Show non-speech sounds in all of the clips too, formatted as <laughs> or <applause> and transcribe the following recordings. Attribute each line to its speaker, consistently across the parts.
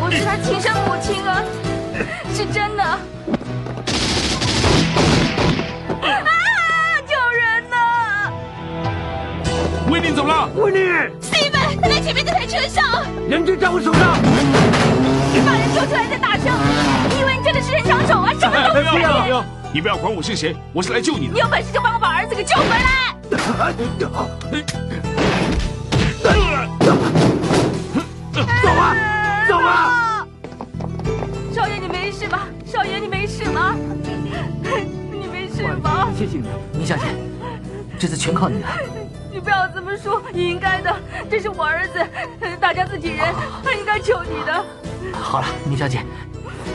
Speaker 1: 我是他亲生母亲啊，是真的。啊！啊救人呐！
Speaker 2: 威利怎么了？
Speaker 3: 温妮，
Speaker 1: 西门，他在前面这台车上，
Speaker 3: 人质在我手上，
Speaker 1: 你把人救出来再打枪。你以为你真的是人长手啊？什么
Speaker 2: 不
Speaker 1: 东西？
Speaker 2: 要不
Speaker 4: <laughs>
Speaker 2: 要！你不要管我是谁，我是来救你的
Speaker 1: 你。有本事就帮我把儿子给救回来！
Speaker 3: 走啊，走啊！
Speaker 1: 少爷，你没事吧？少爷，你没事吧？ <laughs> 你没事吧？
Speaker 3: 谢谢你，宁小姐，这次全靠你了。
Speaker 1: 你不要这么说，你应该的，这是我儿子，大家自己人，他应该救你的。
Speaker 3: 好了，宁小姐，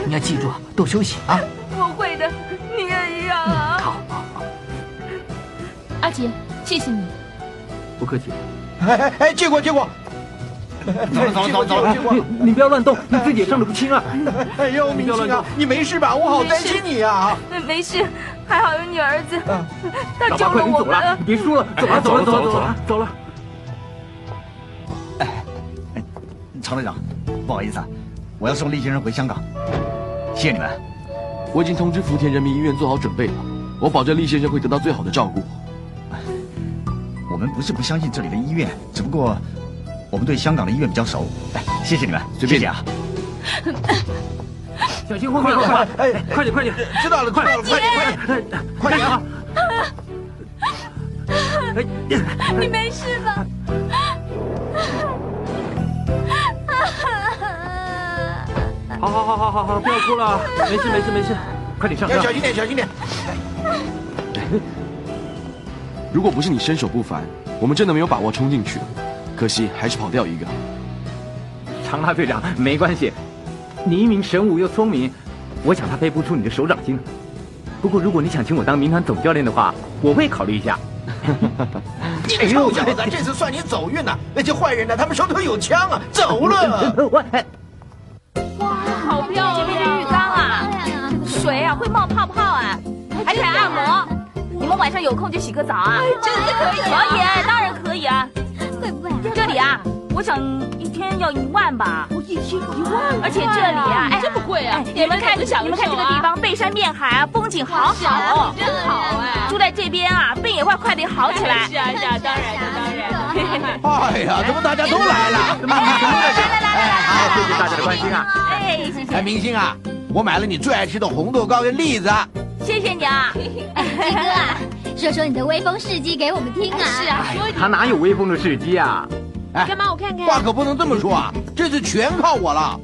Speaker 3: 你要记住多休息啊。
Speaker 1: 我会的，你也一样啊。
Speaker 3: 好，好，好，
Speaker 5: 阿杰，谢谢你。
Speaker 3: 不客气。
Speaker 6: 哎哎哎，结果结果，
Speaker 2: 走了走了走了走了
Speaker 6: 结果，
Speaker 3: 你你不要乱动，你自己也伤得不轻啊。
Speaker 6: 哎呦，明星啊，你没事吧？我好担心你啊！
Speaker 1: 没事，还好有你儿子，
Speaker 6: 嗯
Speaker 1: 他
Speaker 3: 老
Speaker 2: 啊
Speaker 1: 救
Speaker 3: 爸，快
Speaker 1: 了
Speaker 3: 点
Speaker 1: 我
Speaker 3: 走了
Speaker 1: 们，。
Speaker 3: 你别输了，走
Speaker 2: 哎
Speaker 3: 了，走了，
Speaker 2: 走
Speaker 3: 走
Speaker 2: 了
Speaker 3: 了，走
Speaker 2: 走
Speaker 3: 了
Speaker 2: 了，
Speaker 3: 走了。
Speaker 6: 常队长，不好意思啊，我要送厉先生回香港，谢谢你们。
Speaker 4: 我已经通知福田人民医院做好准备了，我保证厉先生会得到最好的照顾。
Speaker 6: 哎我们不是不相信这里的医院，只不过我们对香港的医院比较熟。哎，谢谢你们，
Speaker 4: 随便
Speaker 6: 谢谢啊。
Speaker 3: 小心后面，老爸，哎，快点，快点，
Speaker 6: 知道了，知道了，快点，快点，
Speaker 3: 哎
Speaker 6: 快点啊！
Speaker 3: 哎，
Speaker 1: 你没事吧？
Speaker 5: 啊
Speaker 3: 好好好好好好，不要哭了，没事没事没事，快点上车
Speaker 6: 要。小心点，小心点。
Speaker 4: 如果不是你身手不凡，我们真的没有把握冲进去，可惜还是跑掉
Speaker 1: <laughs>
Speaker 4: 一个。
Speaker 3: 长拉队长，没关系，你一名神武又聪明，我想他背不出你的手掌心。不过如果你想请我当民团总教练的话，我会考虑一下。
Speaker 6: 你个臭小子，这次算你走运呐！那些坏人呢？他们手里头有枪啊！走了。
Speaker 3: 我
Speaker 1: 好漂亮！浴缸啊，水啊会冒泡泡啊，还可以按摩。你们晚上有空就洗个澡啊？真的可以？可以，当然可以啊。这里啊，我想一天要一万吧。哦我一天一万，而且这里啊，哎，
Speaker 5: 这么贵啊
Speaker 1: 哎你们看，
Speaker 5: 一个人怎
Speaker 1: 你们
Speaker 5: 么享受啊
Speaker 1: 看这个地方，背山面海啊，风景好好哦。
Speaker 5: 真好哎！
Speaker 1: 住在这边啊，哎病也快快点好起来。
Speaker 5: 是啊是啊，当然的当然的。
Speaker 6: 哎呀，怎么大家都来了？
Speaker 1: 来来来来来，
Speaker 3: 谢谢大家的关心啊！
Speaker 1: 哎，谢
Speaker 7: 哎，
Speaker 1: 谢，
Speaker 7: 明星啊，我买了你最爱吃的红豆糕跟栗子。
Speaker 1: 谢谢你啊。
Speaker 8: 鸡哥啊，说说你的威风事迹给我们听啊！
Speaker 5: 是啊，说
Speaker 3: 哎他哪有威风的事迹啊？
Speaker 5: 干嘛？我看看。
Speaker 7: 哎话可不能这么说啊，这次全靠我了。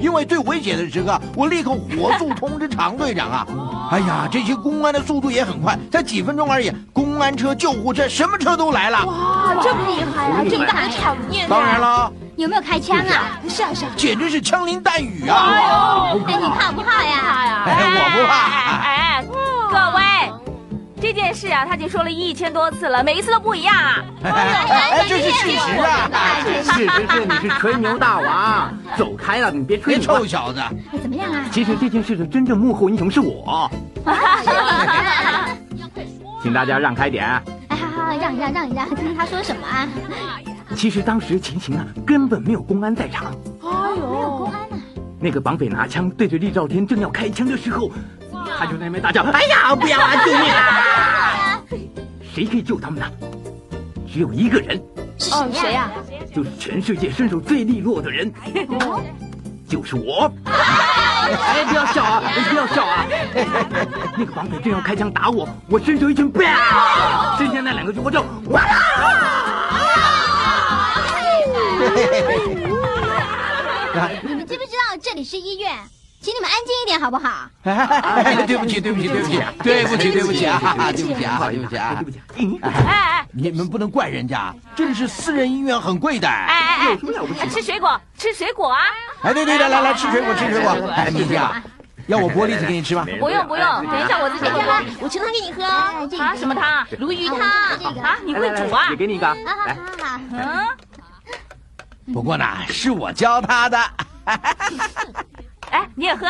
Speaker 7: 因为最危险的时刻，我立刻火速通知常队长啊！
Speaker 3: 哦
Speaker 7: 哎呀，这些公安的速度也很快，才几分钟而已，公安车、救护车，什么车都来了。
Speaker 5: 哇，这么厉害啊！这么大的场面。
Speaker 7: 当然。了，
Speaker 8: 有没有开枪啊？
Speaker 5: 是啊是啊。
Speaker 7: 简直是枪林弹雨啊！
Speaker 8: 哎，你怕不怕呀？
Speaker 7: 哎，我不怕。
Speaker 1: 哎，哎哎各位，这件事啊，他已经说了一千多次了，每一次都不一样啊。
Speaker 7: 哎，这是事实
Speaker 8: 哎
Speaker 7: 啊！
Speaker 3: 哎是是是，你是吹牛大王，走开了，你别吹
Speaker 7: 别
Speaker 3: 牛啊
Speaker 7: 臭。小子，
Speaker 8: 哎，怎么样啊？
Speaker 3: 其实这件事的真正幕后英雄是我，请大家让开点。
Speaker 8: 哎，好好让一让，让一让，听他说什么啊？
Speaker 3: 其实当时情形啊，根本没有公安在场。
Speaker 5: 哎
Speaker 8: 没有公
Speaker 5: 呦。
Speaker 8: 安啊！
Speaker 3: 那个绑匪拿枪对着厉兆天正要开枪的时候，他就在那边大叫：“哎呀，不要啊，救命啊！”谁可以救他们呢？只有一个人，
Speaker 8: 是
Speaker 5: 哦，
Speaker 8: 谁
Speaker 5: 谁
Speaker 8: 呀？
Speaker 5: 呀？
Speaker 3: 就是全世界身手最利落的人，
Speaker 5: 哦
Speaker 3: 就是我。哎，不要笑啊，不要笑啊！那个绑匪正要开枪打我，我伸手一拳，啪！剩下那两个魔咒，哇！
Speaker 8: 你们知不知道这里是医院？请你们安静一点好不好？
Speaker 7: 哎，对不起，对不起，对不起，对不起，对不起啊，对不起啊，对不起啊
Speaker 3: 对。不起，嗯，
Speaker 1: 哎
Speaker 7: 你们不能怪人家，这里是私人医院，很贵的。
Speaker 1: 哎
Speaker 7: 哎，
Speaker 1: 哎
Speaker 3: 有什么了不起
Speaker 1: 哎，？吃水果，吃水果啊！
Speaker 7: 对对，来来来，吃水果，吃水果。哎，明星啊，
Speaker 9: 要我剥栗子给你吃吗？
Speaker 5: 不用不用，等一下我自己喝。
Speaker 8: 来来，我盛汤给你喝哦。这
Speaker 5: 啊，什么汤啊？鲈鱼汤啊？你会煮啊
Speaker 1: 也？给你一个啊，
Speaker 8: 啊，好
Speaker 1: 来，
Speaker 8: 好好，
Speaker 5: 嗯，
Speaker 9: 不过呢，是我教他的。
Speaker 5: 哎，你也喝，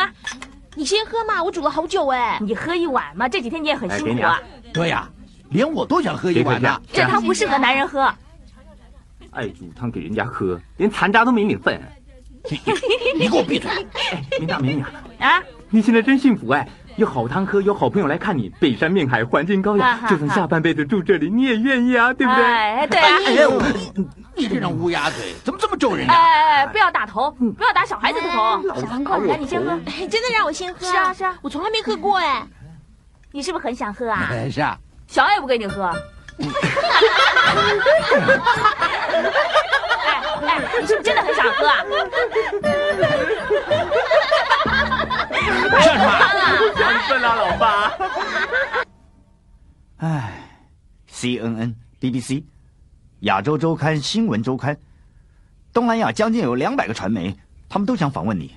Speaker 10: 你先喝嘛，我煮了好久哎。
Speaker 5: 你喝一碗嘛。这几天你也很
Speaker 1: 哎给
Speaker 5: 辛
Speaker 1: 你
Speaker 5: 苦
Speaker 1: 啊
Speaker 5: 啊。
Speaker 9: 对呀、连我都想喝一碗呢。
Speaker 5: 这汤不适合男人喝。
Speaker 1: 爱煮汤给人家喝，连残渣都没领
Speaker 3: <laughs>
Speaker 1: 份。
Speaker 9: 你给我闭嘴！
Speaker 1: 哎，明大明雅，
Speaker 5: 啊，
Speaker 1: 你现在真幸福哎，有好汤喝，有好朋友来看你，北山面海，环境高
Speaker 5: 哈
Speaker 1: 雅，
Speaker 5: 哈
Speaker 1: 就算下半辈子住这里，你也愿意啊，对不对？
Speaker 5: 啊哎，对啊，
Speaker 9: 哎呦，你这张乌鸦嘴怎么这么咒人呀、
Speaker 5: 哎，哎不要打头，
Speaker 6: 嗯
Speaker 5: 不要打小孩子的
Speaker 6: 哎
Speaker 5: 头。
Speaker 8: 小黄瓜，
Speaker 5: 来，你先喝。
Speaker 10: 哎真的让我先喝？
Speaker 5: 是啊，是啊，
Speaker 10: 我从来没喝过哎。
Speaker 5: 你是不是很想喝啊？
Speaker 9: 哎是啊，
Speaker 5: 小爱不给你喝。
Speaker 6: 嗯
Speaker 5: 哎哎，你是不是真的很想喝啊？
Speaker 9: 像什么？
Speaker 1: 缘分啊，老爸。
Speaker 6: 唉，CNN、BBC、亚洲周刊、新闻周刊，东南亚将近有两百个传媒，他们都想访问你，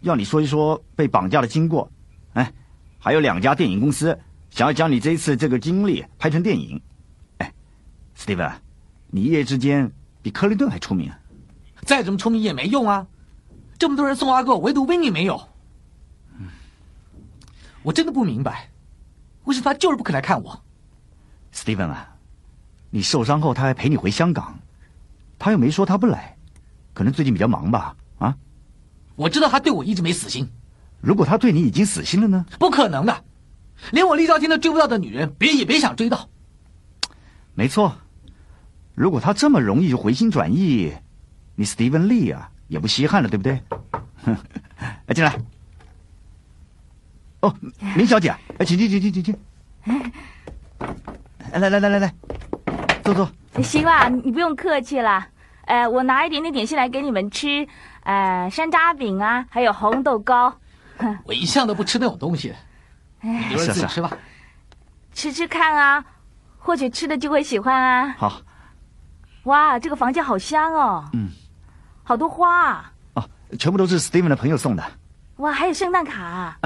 Speaker 6: 要你说一说被绑架的经过。哎，还有两家电影公司想要将你这一次这个经历拍成电影。哎，Steven，啊你一夜之间比克林顿还出名啊。
Speaker 11: 再怎么出名也没用啊！这么多人送阿哥，唯独 Winnie 没有。嗯我真的不明白，为什么他就是不肯来看我？
Speaker 6: Steven 啊，你受伤后他还陪你回香港，他又没说他不来，可能最近比较忙吧？啊，
Speaker 11: 我知道他对我一直没死心，
Speaker 6: 如果他对你已经死心了呢？
Speaker 11: 不可能的，连我厉兆天都追不到的女人，别也别想追到。
Speaker 6: 没错，如果他这么容易就回心转意，你 Steven Lee 啊也不稀罕了，对不对？ <laughs> 来进来。哦，林小姐，哎，请进，请进，请进。哎来来来来来，坐坐。
Speaker 5: 哎行啦，你不用客气啦。哎，我拿一点点点心来给你们吃，呃，山楂饼啊，还有红豆糕，
Speaker 11: 我一向都不吃那种东西的，你留着
Speaker 6: 是
Speaker 11: 自己
Speaker 6: 啊是
Speaker 11: 吃吧。
Speaker 5: 吃吃看啊，或许吃的就会喜欢啊。
Speaker 6: 好
Speaker 5: 哇，这个房间好香哦。
Speaker 6: 嗯。
Speaker 5: 好多花啊！
Speaker 6: 哦，全部都是 Steven 的朋友送的。
Speaker 5: 哇，还有圣诞卡啊。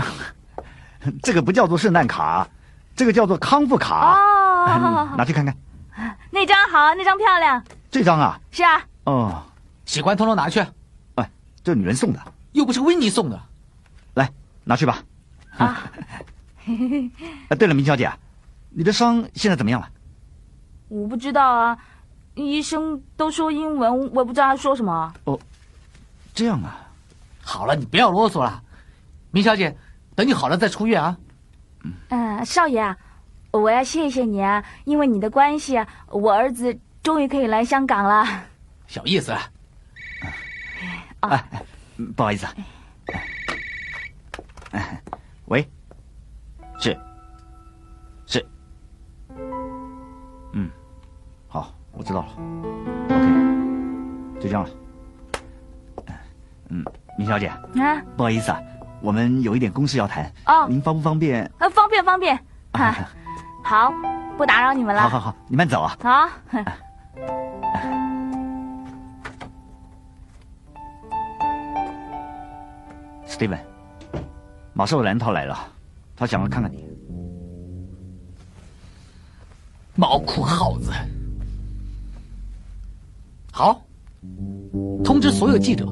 Speaker 6: 这个不叫做圣诞卡，这个叫做康复卡。嗯
Speaker 5: 哦，
Speaker 6: 拿去看看，
Speaker 5: 那张好，那张漂亮。
Speaker 6: 这张啊，
Speaker 5: 是啊， <laughs>
Speaker 6: 哦，
Speaker 11: 喜欢通通拿去，啊
Speaker 6: 哎，这女人送的，
Speaker 11: 又不是 Winnie 送的。
Speaker 6: 来拿去吧。 <laughs>
Speaker 5: 啊，
Speaker 6: 啊，对了，明小姐，你的伤现在怎么样了？
Speaker 5: 我不知道啊，医生都说英文，我也不知道他说什么。
Speaker 6: 这样啊，
Speaker 11: 好了，你不要啰嗦了，明小姐，等你好了再出院啊。
Speaker 5: 嗯，少爷啊，我要谢谢你啊，因为你的关系啊，我儿子终于可以来香港了。
Speaker 11: 小意思啊，
Speaker 6: 嗯不好意思啊。 <laughs> 喂，是，是，嗯，好，我知道了。OK，就这样了。嗯，明小姐，
Speaker 5: 啊，
Speaker 6: 不好意思啊，我们有一点公事要谈，
Speaker 5: 哦，
Speaker 6: 您方不方便？
Speaker 5: 呃，方便方便。哈，好，不打扰你们
Speaker 6: 啊好
Speaker 5: 了。
Speaker 6: 好好，你慢走啊。
Speaker 5: 好，
Speaker 6: Steven，马寿兰涛来了，他想要看看你。
Speaker 11: 毛裤耗子。好，通知所有记者，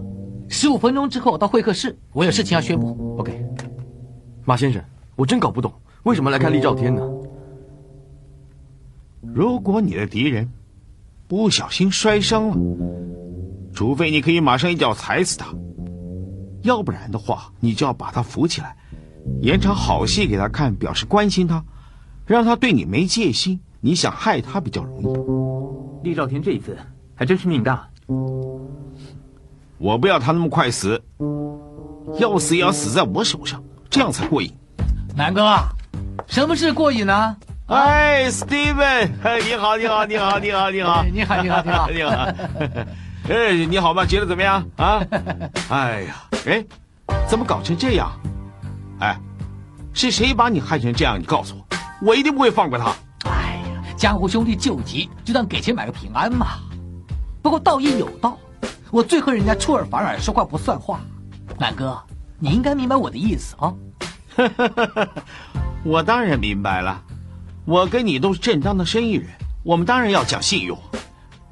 Speaker 11: 十五分钟之后到会客室，我有事情要宣布。
Speaker 12: OK，马先生，我真搞不懂为什么来看厉兆天呢？
Speaker 4: 如果你的敌人不小心摔伤了，除非你可以马上一脚踩死他，要不然的话，你就要把他扶起来，演场好戏给他看，表示关心他，让他对你没戒心。你想害他比较容易，
Speaker 1: 厉兆天这一次还真是命大，
Speaker 4: 我不要他那么快死，要死也要死在我手上，这样才过瘾。
Speaker 11: 南哥，什么是过瘾呢？啊
Speaker 4: 哎，Steven，哎你好，你好，你好，你好，你好
Speaker 11: 哎， <laughs> 你好你好你
Speaker 6: <laughs>
Speaker 4: <laughs>
Speaker 11: 好
Speaker 4: 你好。哎，你好吗？觉得怎么样
Speaker 11: <laughs>
Speaker 4: 啊？哎呀，哎，怎么搞成这样？哎，是谁把你害成这样？你告诉我，我一定不会放过他。
Speaker 11: 哎呀，江湖兄弟救急，就当给钱买个平安嘛。不过道义有道，我最恨人家出尔反尔，说话不算话。南哥，你应该明白我的意思啊。
Speaker 4: 我当然明白了，我跟你都是正当的生意人，我们当然要讲信用。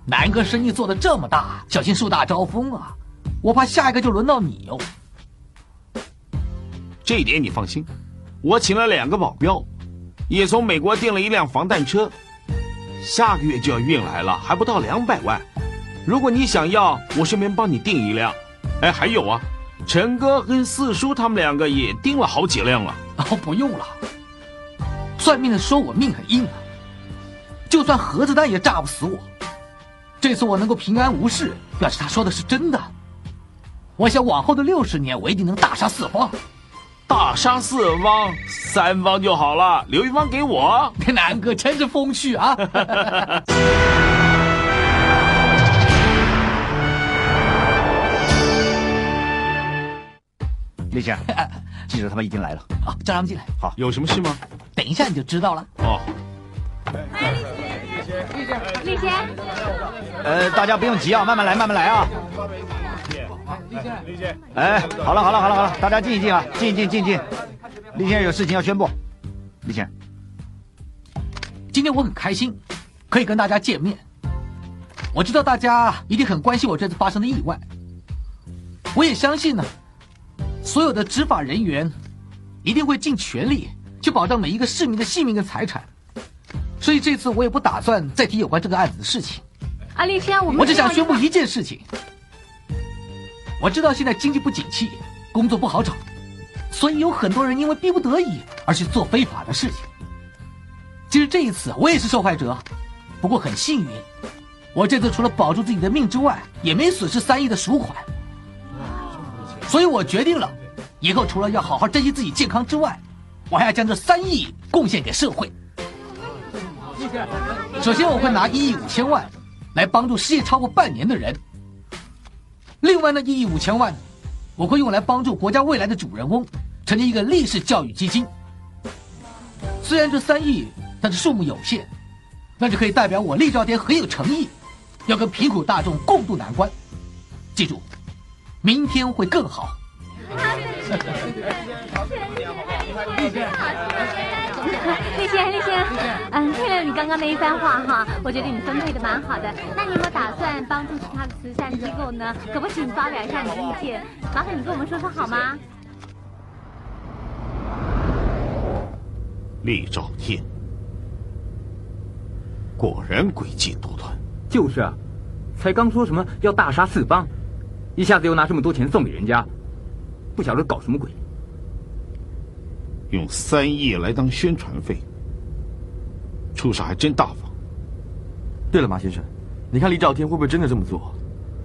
Speaker 11: 南哥生意做得这么大，小心树大招风啊！我怕下一个就轮到你哟、
Speaker 4: 这一点你放心，我请了两个保镖，也从美国订了一辆防弹车，下个月就要运来了，还不到两百万。如果你想要，我顺便帮你订一辆。哎，还有啊，陈哥跟四叔他们两个也订了好几辆了。
Speaker 11: 哦，不用了，算命的说我命很硬啊，就算核子弹也炸不死我。这次我能够平安无事，表示他说的是真的。我想往后的六十年，我一定能大杀四方。
Speaker 4: 大杀四方，三方就好了，留一方给
Speaker 11: <laughs>
Speaker 4: 我。
Speaker 11: 南哥真是风趣
Speaker 4: <laughs>
Speaker 11: 啊！ <laughs>
Speaker 6: 李先生，记者他们已经来了。
Speaker 11: 啊，叫他们进来。
Speaker 6: 好，
Speaker 4: 有什么事吗？
Speaker 11: 等一下你就知道了。
Speaker 4: 哦，
Speaker 5: 丽哎姐，
Speaker 6: 呃，大家不用急啊，慢慢来，慢慢来啊。哎，好了好了好了好了，大家静一静啊，静一静静一静。李先生有事情要宣布。李先生，
Speaker 11: 今天我很开心，可以跟大家见面。我知道大家一定很关心我这次发生的意外，我也相信呢，所有的执法人员一定会尽全力去保障每一个市民的性命跟财产。所以这次我也不打算再提有关这个案子的事情，
Speaker 5: 啊，丽仙，我们
Speaker 11: 我只想宣布一件事情。我知道现在经济不景气，工作不好找，所以有很多人因为逼不得已而去做非法的事情。其实这一次我也是受害者，不过很幸运，我这次除了保住自己的命之外，也没损失三亿的赎款。所以我决定了，以后除了要好好珍惜自己健康之外，我还要将这三亿贡献给社会。首先，我会拿一亿五千万来帮助失业超过半年的人。另外呢，一亿五千万，我会用来帮助国家未来的主人翁，成立一个历史教育基金。虽然这三亿，但是数目有限，那就可以代表我厉兆天很有诚意，要跟贫苦大众共度难关。记住，明天会更好。
Speaker 13: 立先，立先，嗯，佩了你刚刚那一番话哈，我觉得你分配的蛮好的。那你有没有打算帮助其他的慈善机构呢？可不可以请你发表一下你的意见？麻烦你跟我们说说好吗？
Speaker 4: 厉兆天果然诡计多端。
Speaker 1: 就是啊，才刚说什么要大杀四方，一下子又拿这么多钱送给人家，不晓得搞什么鬼。
Speaker 4: 用三亿来当宣传费，出手还真大方。
Speaker 12: 对了，马先生，你看李兆天会不会真的这么做？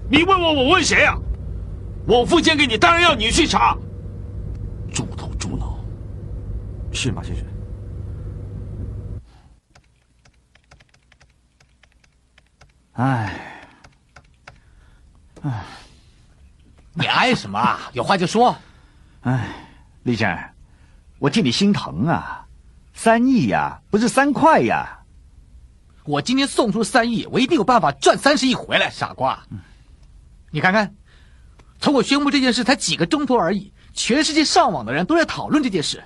Speaker 4: 你问我，我问谁呀、我付钱给你，当然要你去查。猪头猪脑！
Speaker 12: 是马先生。
Speaker 6: 哎，哎，
Speaker 11: 你爱什么啊？有话就说。
Speaker 6: 哎，李先生，我替你心疼啊，三亿呀、不是三块呀、
Speaker 11: 我今天送出三亿，我一定有办法赚三十亿回来，傻瓜。你看看，从我宣布这件事才几个钟头而已，全世界上网的人都在讨论这件事。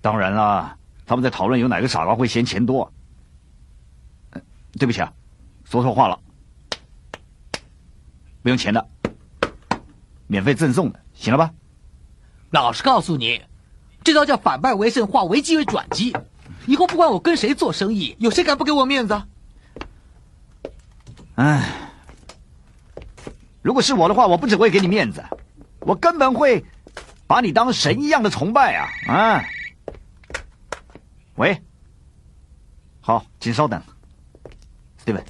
Speaker 6: 当然啦，他们在讨论有哪个傻瓜会嫌钱多。呃对不起啊，说错话了，不用钱的，免费赠送的，行了吧？
Speaker 11: 老实告诉你，这招叫反败为胜，化危机为转机。以后不管我跟谁做生意，有谁敢不给我面子？
Speaker 6: 哎，如果是我的话，我不只会给你面子，我根本会把你当神一样的崇拜啊！啊，喂，好，请稍等，Steven，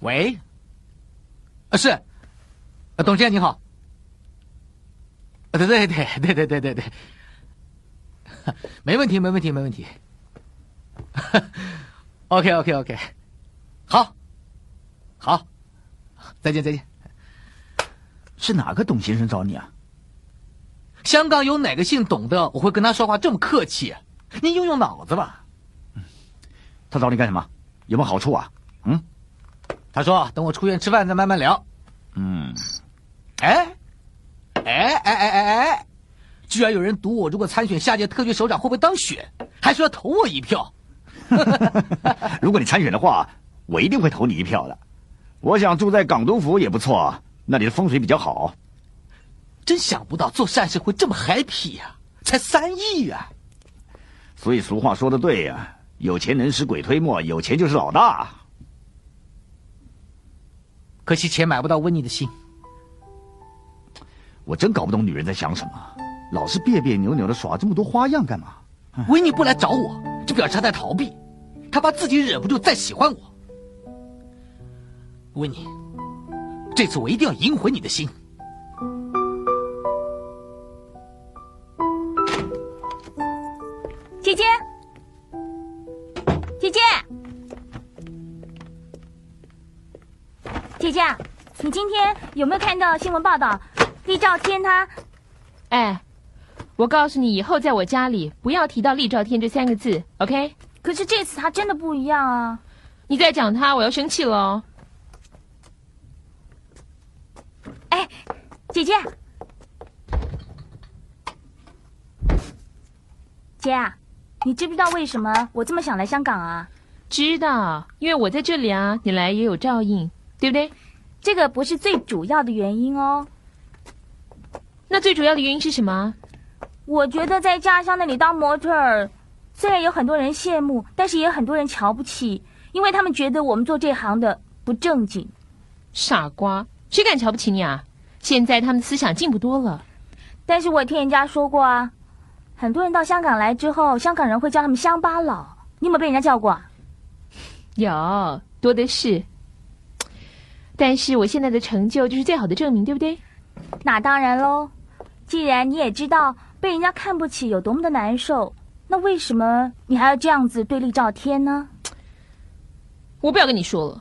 Speaker 11: 喂，啊是，啊董先生你好。啊对对对对对对对 <laughs> 对，没问题没问题没问题。OK OK OK，好，好，再见再见。
Speaker 6: 是哪个董先生找你啊？
Speaker 11: 香港有哪个姓董的，我会跟他说话这么客气？啊你用用脑子吧。嗯
Speaker 6: 他找你干什么？有没有好处啊？嗯
Speaker 11: 他说等我出院吃饭再慢慢聊。
Speaker 6: 嗯，
Speaker 11: 哎，哎哎哎哎哎，居然有人赌我如果参选下届特区首长会不会当选，还说要投我一票。
Speaker 6: 如果你参选的话，我一定会投你一票的。我想住在港督府也不错啊，那里的风水比较好。
Speaker 11: 真想不到做善事会这么 happy 呀、才三亿啊！
Speaker 6: 所以俗话说的对呀、有钱能使鬼推磨，有钱就是老大。
Speaker 11: 可惜钱买不到温妮的心。
Speaker 6: 我真搞不懂女人在想什么，老是别别扭扭的耍这么多花样干嘛？
Speaker 11: 维尼不来找我，就表示他在逃避，他怕自己忍不住再喜欢我。维尼，这次我一定要赢回你的心。
Speaker 5: 姐姐，姐姐，姐姐，啊你今天有没有看到新闻报道？厉兆天他
Speaker 14: 哎，我告诉你，以后在我家里不要提到厉兆天这三个字，OK？
Speaker 5: 可是这次他真的不一样啊！
Speaker 14: 你再讲他，我要生气了哦。
Speaker 5: 姐姐，姐啊，你知不知道为什么我这么想来香港啊？
Speaker 14: 知道，因为我在这里啊，你来也有照应，对不对？
Speaker 5: 这个不是最主要的原因哦。
Speaker 14: 那最主要的原因是什么？
Speaker 5: 我觉得在家乡那里当模特儿，虽然有很多人羡慕，但是也有很多人瞧不起，因为他们觉得我们做这行的不正经。
Speaker 14: 傻瓜，谁敢瞧不起你啊？现在他们的思想进步多了，
Speaker 5: 但是我也听人家说过啊，很多人到香港来之后，香港人会叫他们乡巴佬。你有没有被人家叫过啊？
Speaker 14: 有多的是。但是我现在的成就就是最好的证明，对不对？
Speaker 5: 那当然喽，既然你也知道被人家看不起有多么的难受，那为什么你还要这样子对厉兆天呢？
Speaker 14: 我不要跟你说了，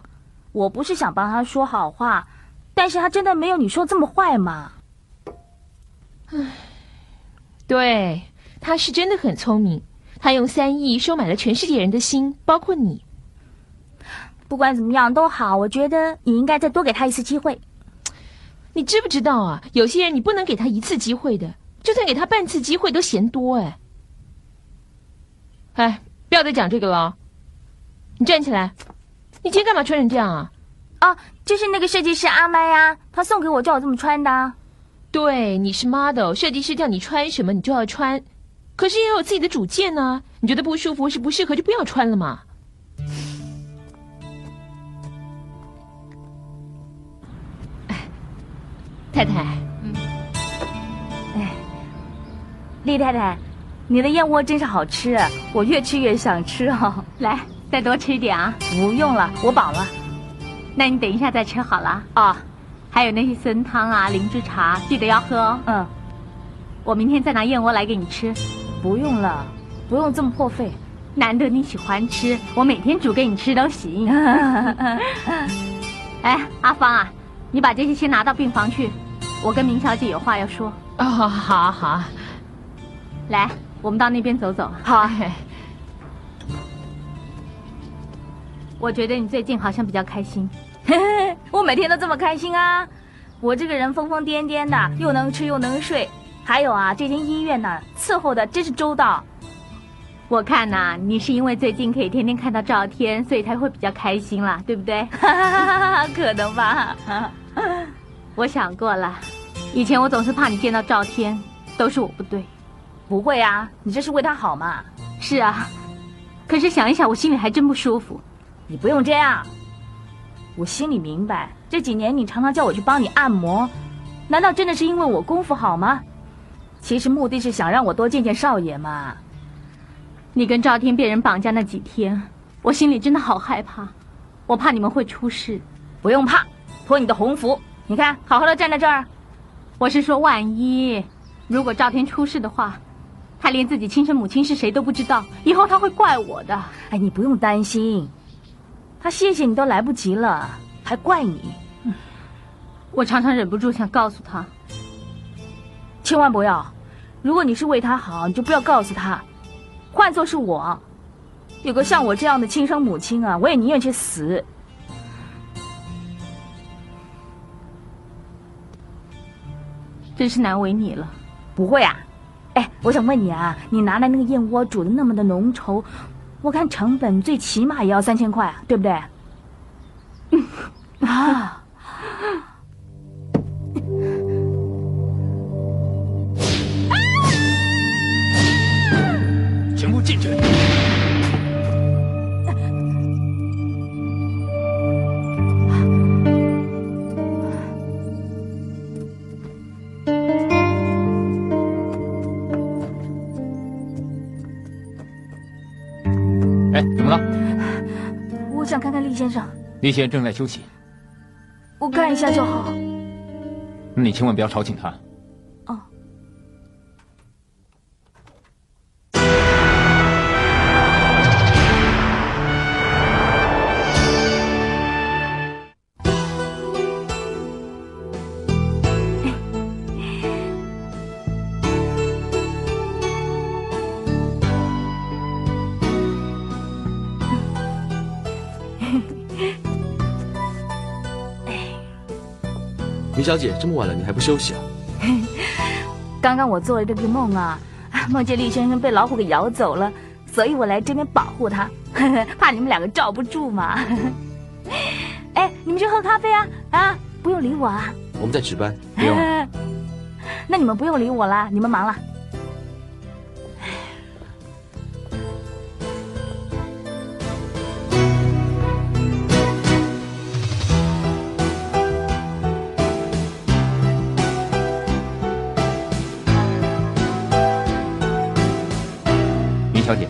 Speaker 5: 我不是想帮他说好话，但是他真的没有你说这么坏嘛。
Speaker 14: 对，他是真的很聪明，他用三亿收买了全世界人的心，包括你。
Speaker 5: 不管怎么样都好，我觉得你应该再多给他一次机会。
Speaker 14: 你知不知道啊？有些人你不能给他一次机会的，就算给他半次机会都嫌多哎。哎，不要再讲这个了哦。你站起来，你今天干嘛穿成这样啊？
Speaker 5: 哦，就是那个设计师阿麦呀、他送给我叫我这么穿的、啊。
Speaker 14: 对，你是 model，设计师叫你穿什么你就要穿，可是也有自己的主见呢、你觉得不舒服是不适合就不要穿了嘛。哎，太太，
Speaker 5: 厉哎太太，你的燕窝真是好吃，啊我越吃越想吃哦。 <laughs>
Speaker 13: 来，再多吃一点啊！
Speaker 5: 不用了，我饱了。
Speaker 13: 那你等一下再吃好了
Speaker 5: 啊。
Speaker 13: 还有那些参汤啊、灵芝茶，记得要喝哦。
Speaker 5: 嗯，
Speaker 13: 我明天再拿燕窝来给你吃。
Speaker 5: 不用了，不用这么破费。
Speaker 13: 难得你喜欢吃，我每天煮给你吃都
Speaker 5: <laughs>
Speaker 13: 行。
Speaker 8: <laughs>
Speaker 13: 哎，阿芳啊，你把这些先拿到病房去，我跟明小姐有话要说。
Speaker 14: 哦，好好好，
Speaker 13: 来，我们到那边走走。
Speaker 5: 好，
Speaker 13: 我觉得你最近好像比较开心。
Speaker 5: <laughs> 我每天都这么开心啊！我这个人疯疯癫癫的，又能吃又能睡。还有啊，这间医院呢，伺候的真是周到。
Speaker 13: 我看呐、你是因为最近可以天天看到赵天，所以才会比较开心啦，对不
Speaker 8: <laughs>
Speaker 13: 对？
Speaker 5: 可能吧。
Speaker 13: 我想过了，以前我总是怕你见到赵天，都是我不对。
Speaker 5: 不会啊，你这是为他好嘛？
Speaker 13: 是啊，可是想一想，我心里还真不舒服。
Speaker 5: 你不用这样，我心里明白。这几年你常常叫我去帮你按摩，难道真的是因为我功夫好吗？其实目的是想让我多见见少爷嘛。
Speaker 13: 你跟赵天被人绑架那几天，我心里真的好害怕，我怕你们会出事。
Speaker 5: 不用怕，托你的鸿福，你看好好的站在这儿。
Speaker 13: 我是说，万一如果赵天出事的话，他连自己亲生母亲是谁都不知道，以后他会怪我的。
Speaker 5: 哎，你不用担心，他谢谢你都来不及了，还怪你。
Speaker 13: 嗯我常常忍不住想告诉他，
Speaker 5: 千万不要。如果你是为他好，你就不要告诉他。换做是我，有个像我这样的亲生母亲啊，我也宁愿去死。
Speaker 15: 真是难为你了。
Speaker 5: 不会啊，哎，我想问你啊，你拿来那个燕窝煮的那么的浓稠，我看成本最起码也要三千块啊，对不 <laughs> 对？嗯啊，
Speaker 1: 全部禁止！
Speaker 3: 哎，怎么了？
Speaker 5: <laughs> 我想看看厉先生，
Speaker 3: 李先生正在休息，
Speaker 5: 我看一下就好。
Speaker 3: 那你千万不要吵醒他。
Speaker 16: 米小姐，这么晚了你还不休息啊？
Speaker 5: <laughs> 刚刚我做了这个梦啊， <laughs> 梦见厉先生被老虎给咬走了，所以我来这边保护他， <laughs> 怕你们两个罩不住嘛。 <laughs> 哎，你们去喝咖啡啊啊，不用理我啊。
Speaker 16: 我们在值班，不用了。
Speaker 5: <laughs> 那你们不用理我啦，你们忙了。
Speaker 3: 米小姐，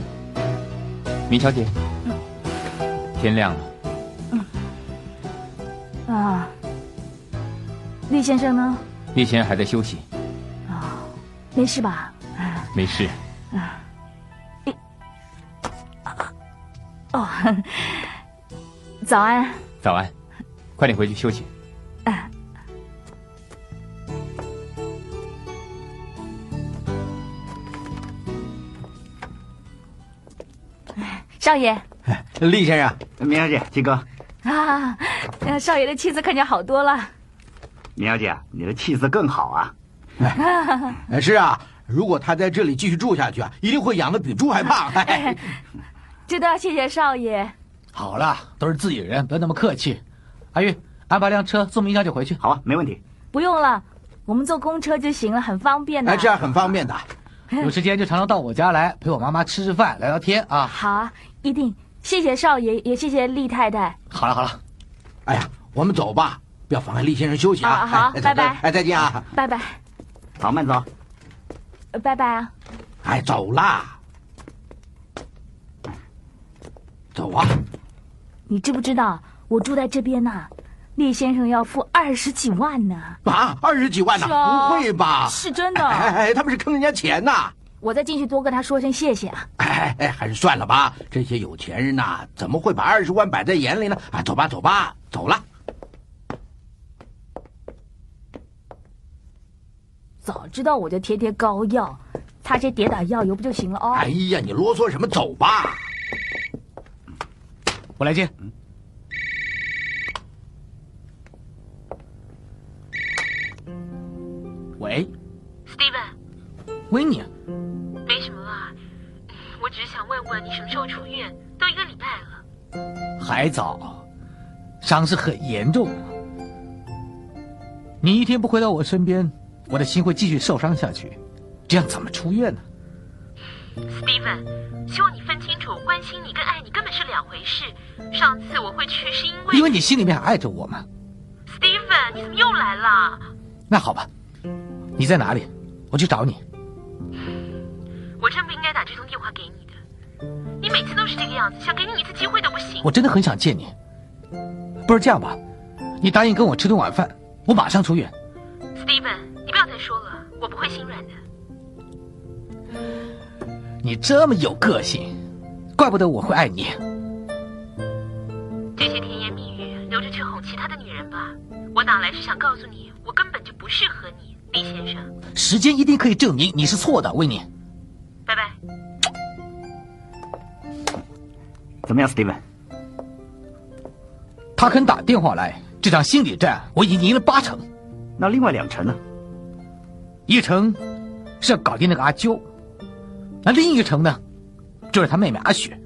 Speaker 3: 米小姐，天亮了，
Speaker 5: 啊，厉先生呢？
Speaker 3: 李先生还在休息，
Speaker 5: 没事吧？啊
Speaker 3: 没事。
Speaker 5: 哦， <laughs> 早安。
Speaker 3: 早安，快点回去休息。
Speaker 5: 少爷
Speaker 6: 厉先生、米呃小姐、七哥，
Speaker 5: 啊，呃少爷的妻子看起来好多了。
Speaker 6: 米小姐，你的气色更好啊！
Speaker 7: 哎是啊，如果他在这里继续住下去啊，一定会养的比猪还胖。
Speaker 5: 这都要谢谢少爷。
Speaker 11: 好了，都是自己人，不要那么客气。阿玉，安排辆车送明小姐回去。好啊，没问题。
Speaker 5: 不用了，我们坐公车就行了，很方便
Speaker 7: 哎
Speaker 5: 嗯的。
Speaker 11: 哎很方便的。有时间就常常到我家来陪我妈妈吃吃饭、聊聊天啊。
Speaker 5: 好啊，一定。谢谢少爷，也谢谢厉太太。
Speaker 11: 好了好了，
Speaker 7: 哎呀，我们走吧，不要妨碍厉先生休息
Speaker 5: 啊
Speaker 7: 啊！
Speaker 5: 好
Speaker 7: 哎
Speaker 5: 拜拜
Speaker 7: 哎，再见啊！
Speaker 5: 拜拜，
Speaker 7: 好，慢走。
Speaker 5: 呃拜拜啊！
Speaker 7: 哎，走啦，走啊！
Speaker 5: 你知不知道我住在这边呐、厉先生要付二十几万呢。
Speaker 7: 啊，二十几万呢、
Speaker 5: 是哦
Speaker 7: 不会吧？
Speaker 5: 是真的
Speaker 7: 哎哎哎，他们是坑人家钱呐、
Speaker 5: 我再进去多跟他说声谢谢啊。
Speaker 7: 哎哎，还是算了吧，这些有钱人呐、怎么会把二十万摆在眼里呢？啊，走吧，走吧，走了。
Speaker 5: 早知道我就贴贴膏药，擦些跌打药油不就行了哦？
Speaker 7: 哎呀，你啰嗦什么？走吧。
Speaker 11: 我来接。喂，
Speaker 14: Steven，
Speaker 11: 维尼，
Speaker 14: 没什么啦，我只是想问问你什么时候出院，都一个礼拜了。
Speaker 11: 还早，伤势很严重啊。你一天不回到我身边，我的心会继续受伤下去，这样怎么出院呢？
Speaker 14: Steven，希望你分清楚，关心你跟爱你根本是两回事。上次我会去是因为
Speaker 11: 因为你心里面还爱着我嘛。
Speaker 14: Steven，你怎么又来了？
Speaker 11: 那好吧，你在哪里？我去找你。
Speaker 14: 我真不应该打这通电话给你的，你每次都是这个样子，想给你一次机会都不行。
Speaker 11: 我真的很想见你。不是这样吧？你答应跟我吃顿晚饭，我马上出院。
Speaker 14: Steven，你不要再说了，我不会心软的。
Speaker 11: 你这么有个性，怪不得我会爱你。
Speaker 14: 这些甜言蜜语留着去哄其他的女人吧。我打来是想告诉你，我根本就不适合你，李先生。
Speaker 11: 时间一定可以证明你是错的，维尼。
Speaker 14: 拜拜。
Speaker 6: 怎么样，Steven？
Speaker 11: 他肯打电话来，这场心理战我已经赢了八成。
Speaker 6: 那另外两成呢？
Speaker 11: 一个城是要搞定那个阿娇，那另一个城呢，就是他妹妹阿雪。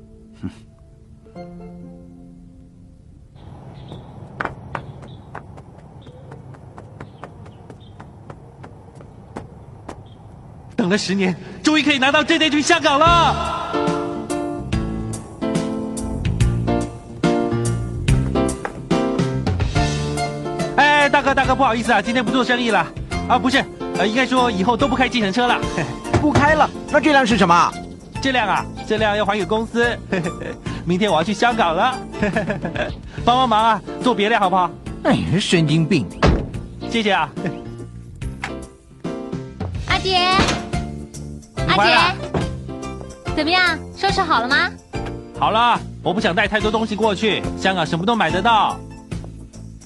Speaker 3: 等了十年，终于可以拿到这件去香港了。哎，大哥大哥，不好意思啊，今天不做生意了。啊，不是，呃，应该说以后都不开计程车了，
Speaker 9: <laughs> 不开了。那这辆是什么？
Speaker 3: 这辆啊，这辆要还给公司。 <laughs> 明天我要去香港了， <laughs> 帮帮忙啊，做别辆好不好？
Speaker 9: 哎，神经病！
Speaker 3: 谢谢啊，
Speaker 8: 阿杰，
Speaker 3: 你回来
Speaker 8: 阿杰，怎么样？收拾好了吗？
Speaker 3: 好了，我不想带太多东西过去，香港什么都买得到。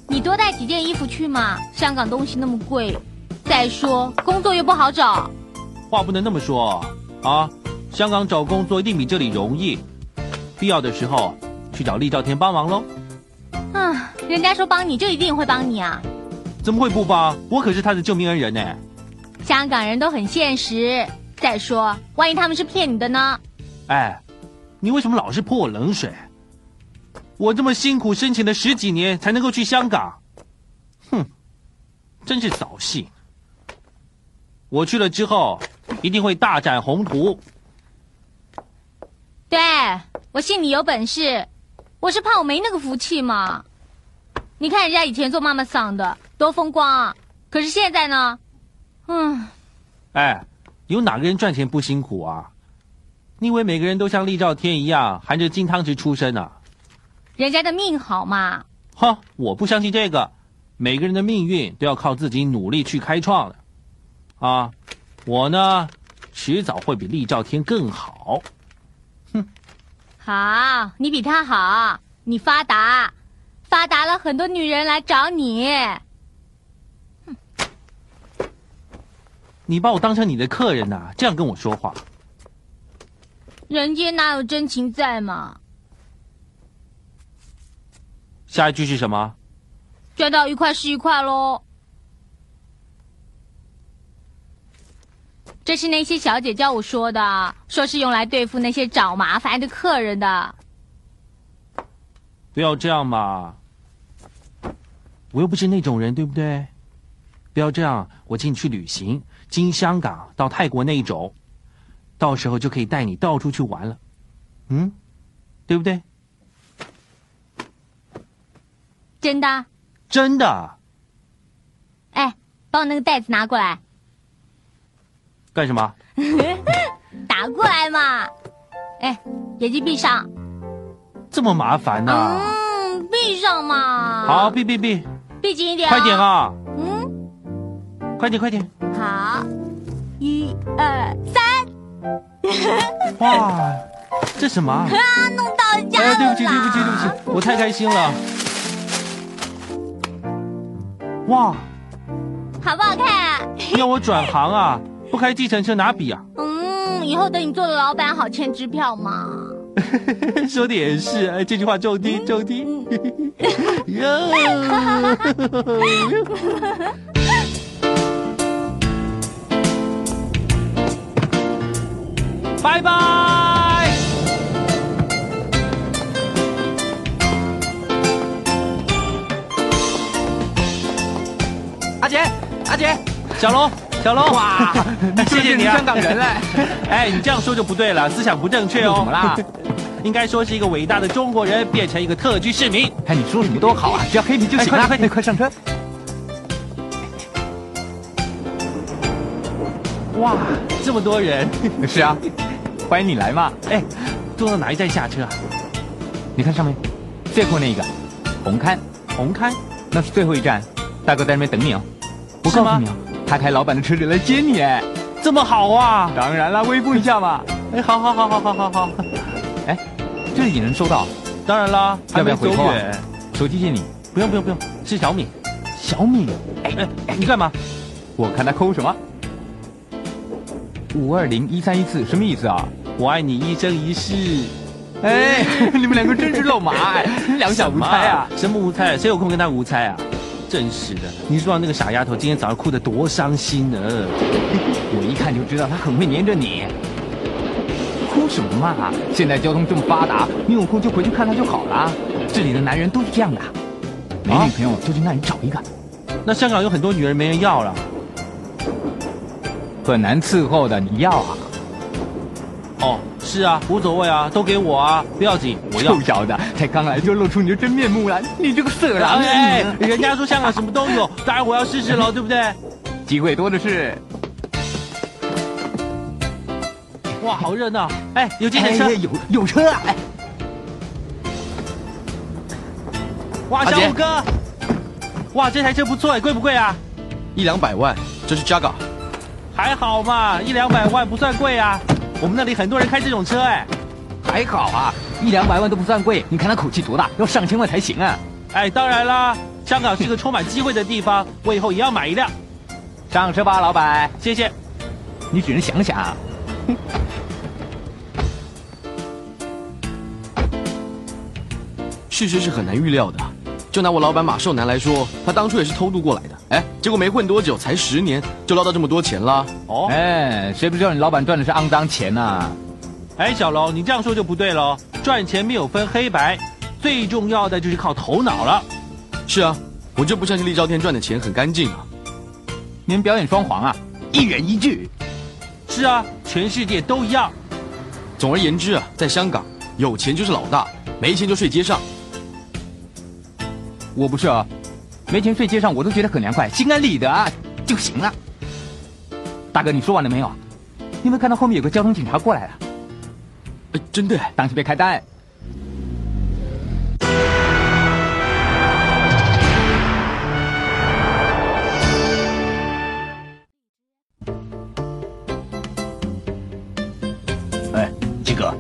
Speaker 8: 你多带几件衣服去嘛，香港东西那么贵，再说工作又不好找。
Speaker 3: 话不能那么说啊！香港找工作一定比这里容易，必要的时候去找厉兆田帮忙喽。
Speaker 8: 啊，人家说帮你就一定会帮你啊！
Speaker 3: 怎么会不帮？我可是他的救命恩人呢。
Speaker 8: 香港人都很现实。再说，万一他们是骗你的呢？
Speaker 3: 哎，你为什么老是泼我冷水？我这么辛苦申请了十几年才能够去香港，哼，真是扫兴。我去了之后，一定会大展宏图。
Speaker 8: 对，我信你有本事，我是怕我没那个福气嘛。你看人家以前做妈妈桑的多风光啊，可是现在呢，嗯，
Speaker 3: 哎，有哪个人赚钱不辛苦啊？你以为每个人都像厉兆天一样含着金汤匙出生啊？
Speaker 8: 人家的命好嘛。
Speaker 3: 哈，我不相信这个，每个人的命运都要靠自己努力去开创的。啊，我呢，迟早会比厉兆天更好。
Speaker 8: 好，你比他好，你发达，发达了很多女人来找你。
Speaker 3: 你把我当成你的客人呐、这样跟我说话，
Speaker 8: 人间哪有真情在嘛？
Speaker 3: 下一句是什么？
Speaker 8: 赚到一块是一块喽。这是那些小姐教我说的，说是用来对付那些找麻烦的客人的。
Speaker 3: 不要这样嘛！我又不是那种人，对不对？不要这样，我请你去旅行，经香港到泰国那一种，到时候就可以带你到处去玩了，嗯，对不对？
Speaker 8: 真的？
Speaker 3: 真的，
Speaker 8: 哎，把我那个袋子拿过来， <laughs>
Speaker 3: 干什么？
Speaker 8: 打过来嘛！哎，眼睛闭上，
Speaker 3: 这么麻烦呢、
Speaker 8: 嗯，闭上嘛。
Speaker 3: 啊好，闭闭闭，
Speaker 8: 闭紧一点、
Speaker 3: 快点！啊！
Speaker 8: 嗯，
Speaker 3: 快点快点！
Speaker 8: 好，一二三。
Speaker 3: 哇，这什么啊？
Speaker 8: <laughs> 啊，弄到人家
Speaker 3: 哎，对
Speaker 8: 了
Speaker 3: 不起，对不起，对不起，我太开心了。哇，
Speaker 8: 好不好看？ <laughs>
Speaker 3: 要我转行啊？不开计程车拿笔啊？ <laughs>
Speaker 8: 嗯，以后等你做了老板，好签支票嘛。
Speaker 3: 说的也是，哎，这句话中
Speaker 1: 嗯
Speaker 3: 听中听。
Speaker 7: 哎
Speaker 3: 拜拜。
Speaker 1: 阿杰，阿杰，
Speaker 3: 小龙，小龙， <laughs> 哇，谢谢你啊，
Speaker 1: 香港人嘞！
Speaker 3: <laughs> 哎，你这样说就不对了，思想不正确哦。
Speaker 1: <laughs> 怎么啦？
Speaker 3: 应该说是一个伟大的中国人变成一个特区市民。
Speaker 1: 哎，你说什么多好啊，只要黑皮就行
Speaker 3: 哎
Speaker 1: 了。
Speaker 3: 快点快点
Speaker 1: 快上车！
Speaker 3: 哇，这么多人！
Speaker 1: <laughs> 是啊，欢迎你来嘛。
Speaker 3: 哎，坐到哪一站下车啊？
Speaker 1: 你看上面，最后那个，红磡，
Speaker 3: 红磡，
Speaker 1: 那是最后一站，大哥在那边等你哦。我告诉你啊，他开老板的车子来接你哎。
Speaker 3: 这么好啊！
Speaker 1: 当然啦，微步一下嘛。
Speaker 3: 哎，好好好好好好好。
Speaker 1: 哎，这里也能收到，
Speaker 3: 当然啦，
Speaker 1: 要不要回
Speaker 3: 还没
Speaker 1: 头
Speaker 3: 走
Speaker 1: 啊
Speaker 3: 远？
Speaker 1: 手机借你。
Speaker 3: 不用不用不用，是小米。
Speaker 1: 小米，
Speaker 3: 哎，你干嘛？
Speaker 1: 我看他抠什么？五二零一三一四什么意思啊？
Speaker 3: 我爱你一生一世。
Speaker 1: 哎，你们两个真是肉麻哎，两小无猜啊！
Speaker 3: 什么无猜？谁有空跟他无猜啊？真是的，你知道那个傻丫头今天早上哭得多伤心呢、
Speaker 11: <laughs> 我一看就知道她很会黏着你。哭什么嘛？啊现在交通这么发
Speaker 3: 啊
Speaker 11: 达，你有空就回去看她就好了。这里的男人都是这样的，没女朋友就去那里找一个，
Speaker 3: 那香港有很多女人没人要了，
Speaker 11: 很难伺候的。你要啊？
Speaker 3: 哦，是啊，无所谓啊，都给我啊，不要紧，我要
Speaker 11: 臭。
Speaker 3: <laughs>
Speaker 11: 小子，才刚来就露出你的真面目来，你这个色狼！
Speaker 3: 哎，人家说香港什么都有，当然我要试试
Speaker 11: <laughs>
Speaker 3: 喽，对不对？
Speaker 11: 机会多的是。
Speaker 3: 哇，好热闹！哎，有计程车
Speaker 11: 哎，有有车啊！哎，
Speaker 3: 哇，
Speaker 17: 阿
Speaker 3: 小
Speaker 17: 杰
Speaker 3: 五哥，哇，这台车不错哎，贵不贵啊？
Speaker 17: 一两百万，这是 Jaga，
Speaker 3: 还好嘛，一两百万不算贵啊。我们那里很多人开这种车哎，
Speaker 11: 还好啊，一两百万都不算贵。你看他口气多大，要上千万才行啊！
Speaker 3: 哎，当然啦，香港是个充满机会的地方，我以后也要买一辆。
Speaker 11: 上车吧，老板。
Speaker 3: 谢谢。
Speaker 11: 你只能想啊想。
Speaker 17: 事实是很难预料的。啊就拿我老板马寿南来说，他当初也是偷渡过来的，哎，结果没混多久，才十年就捞到这么多钱啦。
Speaker 3: 哦，
Speaker 11: 哎，谁不知道你老板赚的是肮脏钱啊呐、
Speaker 3: 哎，小龙，你这样说就不对
Speaker 11: 哦
Speaker 3: 喽。赚钱没有分黑白，最重要的就是靠头脑了。
Speaker 17: 是啊，我就不相信厉兆天赚的钱很干净啊。
Speaker 11: 你们表演双簧啊，一人一句。
Speaker 3: 是啊，全世界都一样。
Speaker 17: 总而言之啊，在香港，有钱就是老大，没钱就睡街上。
Speaker 11: 我不是啊，没钱睡街上我都觉得很凉快，心安理得啊就行了。大哥，你说完了没有啊？你有没有看到后面有个交通警察过来了？
Speaker 3: 呃
Speaker 17: 哎，真的，
Speaker 11: 当心被开单。
Speaker 6: 哎，鸡哥，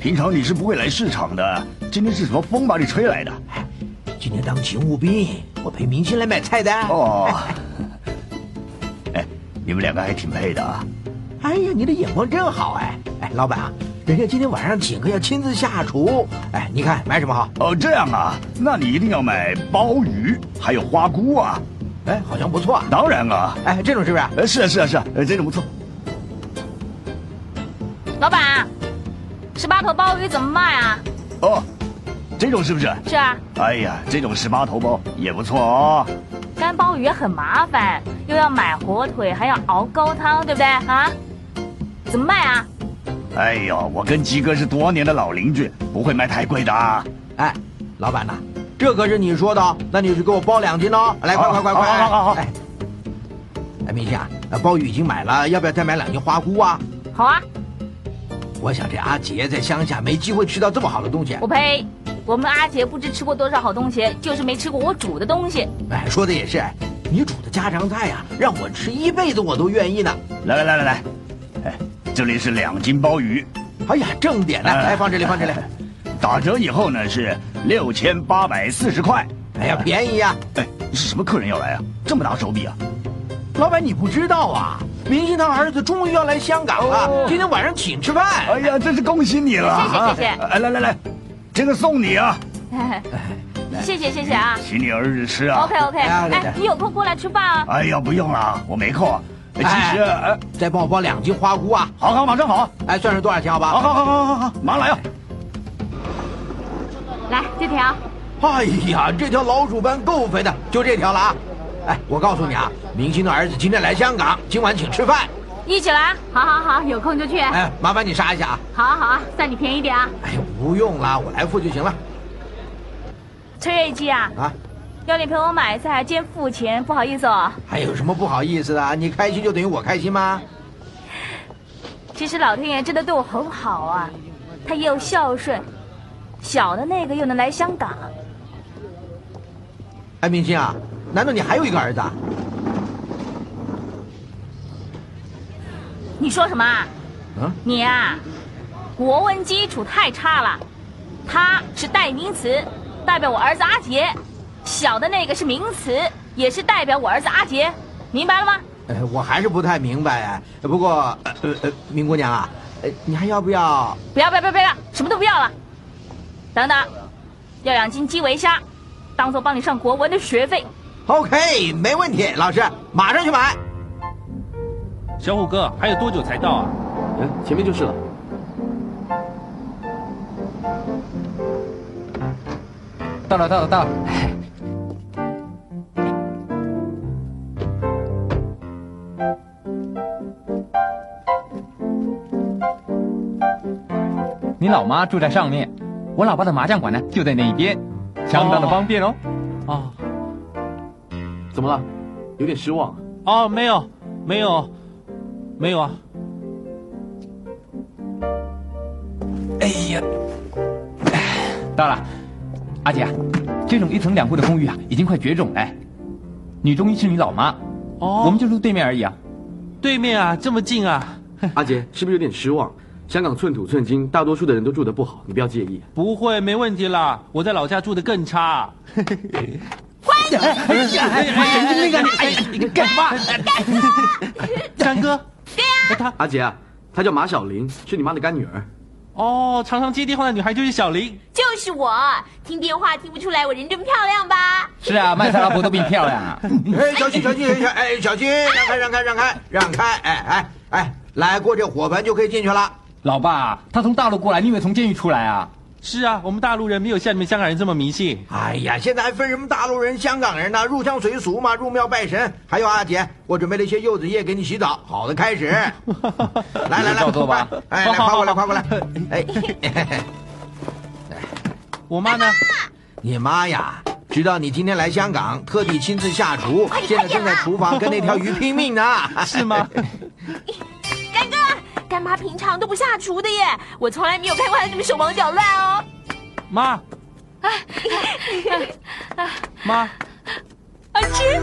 Speaker 6: 平常你是不会来市场的，今天是什么风把你吹来的？
Speaker 7: 今天当勤务兵，我陪明星来买菜单。
Speaker 6: 哦，哎，你们两个还挺配的啊！
Speaker 7: 哎呀，你的眼光真好哎！哎，老板啊，人家今天晚上请客要亲自下厨。哎，你看买什么好？
Speaker 6: 哦，这样啊，那你一定要买鲍鱼，还有花菇啊！
Speaker 7: 哎，好像不错啊。
Speaker 6: 当然啊，
Speaker 7: 哎，这种是不是？
Speaker 6: 呃，是啊，是啊，是啊，呃，这种不错。
Speaker 5: 老板，十八头鲍鱼怎么卖啊？
Speaker 6: 哦，这种是不是？
Speaker 5: 是啊，
Speaker 6: 哎呀，这种十八头包也不错哦。
Speaker 5: 干鲍鱼很麻烦，又要买火腿，还要熬高汤，对不对啊？怎么卖啊？
Speaker 6: 哎呦，我跟鸡哥是多年的老邻居，不会卖太贵的啊。
Speaker 7: 哎，老板呐、这可是你说的，那你就给我包两斤哦。来，快快快快！
Speaker 6: 好好好
Speaker 18: 哦
Speaker 6: 好
Speaker 7: 哎，哎，明星啊，那鲍鱼已经买了，要不要再买两斤花菇啊？
Speaker 5: 好啊，
Speaker 7: 我想这阿杰在乡下没机会吃到这么好的东西。啊
Speaker 5: 我呸！我们阿杰不知吃过多少好东西，就是没吃过我煮的东
Speaker 6: <laughs>
Speaker 5: 西。
Speaker 7: 哎，说的也是，你煮的家常菜呀、让我吃一辈子我都愿意呢。
Speaker 6: 来来来来来，哎，这里是两斤鲍鱼，
Speaker 7: 哎呀，正点呢，来放这里，放这里。
Speaker 6: 打折以后呢是六千八百四十块。
Speaker 7: 哎呀，便宜呀、
Speaker 6: 哎，是什么客人要来啊？这么大手笔啊？
Speaker 7: 老板，你不知道啊，明星他儿子终于要来香港了，今天晚上请吃饭。
Speaker 6: 哦哎呀，真是恭喜你了！啊
Speaker 5: 谢谢谢谢
Speaker 6: 哎，来来来，这个送你啊，
Speaker 5: 谢谢谢谢啊。
Speaker 6: 请你儿子吃啊。
Speaker 5: OK OK，哎，你有空过来吃饭啊？
Speaker 6: 哎呀，不用了，我没空。哎其实，
Speaker 7: 哎
Speaker 6: 哎，
Speaker 7: 再帮我包两斤花菇啊！
Speaker 6: 好好，马上好。
Speaker 7: 哎，算是多少钱？好吧？
Speaker 6: 好好好好好好，马上来啊！
Speaker 19: 来这条，
Speaker 7: 哎呀，这条老鼠斑够肥的，就这条了啊！哎，我告诉你啊，明星的儿子今天来香港，今晚请吃饭。
Speaker 5: 一起来。
Speaker 19: 好好好，有空就去。
Speaker 7: 哎，麻烦你杀一下啊！
Speaker 19: 好啊好啊，算你便宜点啊。
Speaker 7: 哎呀，不用啦，我来付就行了
Speaker 5: 崔瑞基啊，
Speaker 7: 啊！
Speaker 5: 要你陪我买菜兼付钱，不好意思哦。
Speaker 7: 还有什么不好意思的啊？你开心就等于我开心吗？
Speaker 5: 其实老天爷真的对我很好啊，他又孝顺，小的那个又能来香港。
Speaker 7: 哎，明星啊，难道你还有一个儿子？啊？
Speaker 5: 你说什么啊？
Speaker 7: 嗯
Speaker 5: 你啊，国文基础太差了。他是代名词，代表我儿子阿杰；小的那个是名词，也是代表我儿子阿杰。明白了吗？
Speaker 7: 哎，我还是不太明白哎。不过，呃呃呃，明姑娘啊，呃，你还要不要？
Speaker 5: 不要不要不要不要，什么都不要了。等等，要两斤基围虾，当做帮你上国文的学费。
Speaker 7: OK，没问题，老师，马上去买。
Speaker 20: 小虎哥，还有多久才到啊？
Speaker 18: 嗯，前面就是了。
Speaker 4: 到了，到
Speaker 18: <laughs>
Speaker 4: 了，到了。
Speaker 3: 你老妈住在上面，我老爸的麻将馆呢就在那一边，相当的方便哦。
Speaker 18: 啊，怎么了？有点失望。
Speaker 20: 哦，没有，没有，没有啊。
Speaker 3: 哎呀，到了，阿姐啊，这种一层两户的公寓啊，已经快绝种了。女中医是你老妈，
Speaker 20: 哦，
Speaker 3: 我们就住对面而已啊。
Speaker 20: 对面啊，这么近
Speaker 3: <laughs>
Speaker 20: 啊！
Speaker 18: 阿杰，是不是有点失望？香港寸土寸金，大多数的人都住得不好，你不要介意。
Speaker 20: 不会，没问题啦。我在老家住的更差。
Speaker 4: 哎呀，哎呀，哎呀，那个，哎呀，你干嘛？
Speaker 20: 三哥，
Speaker 18: 哎他阿杰啊，她叫马小玲，是你妈的干女儿。
Speaker 20: 哦，常常接电话的女孩就是小林。
Speaker 14: 就是我，听电话听不出来我人这么漂亮吧？
Speaker 3: 是啊，曼莎拉伯都比你漂亮啊。
Speaker 7: <laughs> 哎，小心，小心，小心！哎，小心，让开，让开，让开，让开！哎哎哎，来过这火盆就可以进去了。
Speaker 3: 老爸，他从大陆过来，你以为从监狱出来啊？
Speaker 20: 是啊，我们大陆人没有像你们香港人这么迷信。
Speaker 7: 哎呀，现在还分什么大陆人、香港人呢？入乡随俗嘛，入庙拜神。还有阿姐，我准备了一些柚子叶给你洗澡，好的开始。来来来，
Speaker 3: 照做吧
Speaker 7: 哎，来，
Speaker 3: 好
Speaker 7: 跨
Speaker 3: 好
Speaker 7: 过
Speaker 3: <laughs>
Speaker 7: 来，跨过来。哎，
Speaker 20: 我哎妈呢？
Speaker 7: 你妈呀，知道你今天来香港，特地亲自下厨，
Speaker 20: 哎
Speaker 7: 现
Speaker 20: 啊
Speaker 7: 在正在厨房跟那条鱼拼
Speaker 3: <laughs>
Speaker 7: 命呢。
Speaker 20: 是吗？
Speaker 14: 干哥，干妈平常都不下厨的耶，我从来没有看过她这么手忙脚乱哦。
Speaker 20: 妈，妈，
Speaker 14: 阿芝，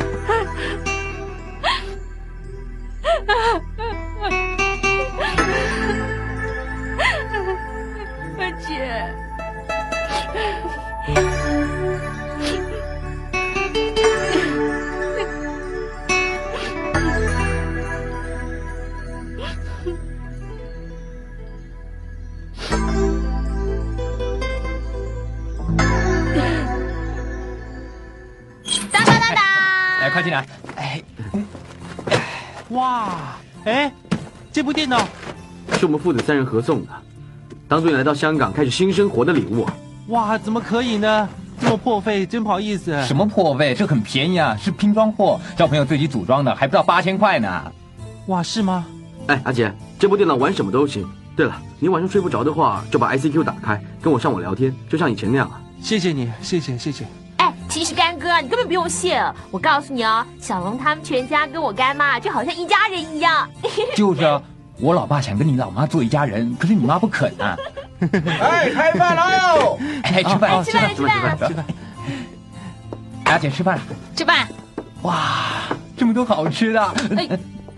Speaker 1: 二姐，
Speaker 14: 当当当当，
Speaker 20: 哎
Speaker 3: 来，快进来。
Speaker 20: 哇，哎，这部电脑
Speaker 18: 是我们父子三人合送的，当做你来到香港开始新生活的礼物。
Speaker 20: 哇，怎么可以呢？这么破费，真不好意思。
Speaker 3: 什么破费？这很便宜啊，是拼装货，小朋友自己组装的，还不到八千块呢。
Speaker 20: 哇，是吗？
Speaker 18: 哎，阿杰，这部电脑玩什么都行。对了，你晚上睡不着的话，就把 ICQ 打开，跟我上网聊天，就像以前那样啊。
Speaker 20: 谢谢你，谢谢谢谢。
Speaker 14: 哎，其实干哥你根本不用谢，我告诉你哦，小龙他们全家跟我干妈就好像一家人一样。
Speaker 3: 就是啊，我老爸想跟你老妈做一家人，可是你妈不肯啊。
Speaker 7: 哎，开饭了 <laughs> 哟！
Speaker 3: 哎，吃饭，
Speaker 7: 啊吃饭吃饭吃饭吃
Speaker 3: 饭。雅姐吃饭了，
Speaker 5: 吃饭。
Speaker 3: 这么多好吃的，
Speaker 5: 哎，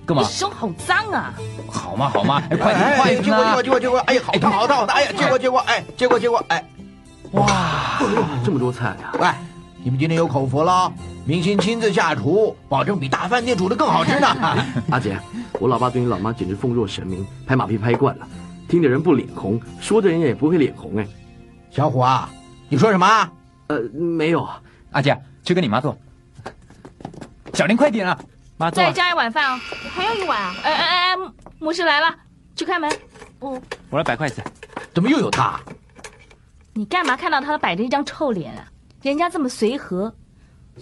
Speaker 3: 干
Speaker 5: 你？
Speaker 3: 嘛
Speaker 5: 手好脏啊！
Speaker 3: 好嘛好嘛，哎，快点
Speaker 7: 哎
Speaker 3: 筷子
Speaker 7: 结果结
Speaker 3: 呢
Speaker 7: 果结？果结果，哎呀，好烫好烫好烫！哎呀，结果结果，哎，结果结果，哎，
Speaker 18: 这么多菜啊！
Speaker 7: 喂，你们今天有口福了，明星亲自下厨，保证比大饭店煮的更好吃呢。 <laughs>
Speaker 18: <laughs> 阿杰，我老爸对你老妈简直奉若神明，拍马屁拍惯了，听的人不脸红，说的人也不会脸红哎。
Speaker 7: 小虎啊，你说什么？
Speaker 18: 呃，没有啊。
Speaker 3: 阿姐去跟你妈做。小林，快点啊！
Speaker 20: 妈
Speaker 5: 再加一碗饭哦。
Speaker 14: 还有一碗啊？
Speaker 5: 哎哎哎，牧师来了，去开门。嗯，
Speaker 20: 我来摆筷子。
Speaker 7: 怎么又有他？
Speaker 5: 你干嘛看到他摆着一张臭脸啊？人家这么随和，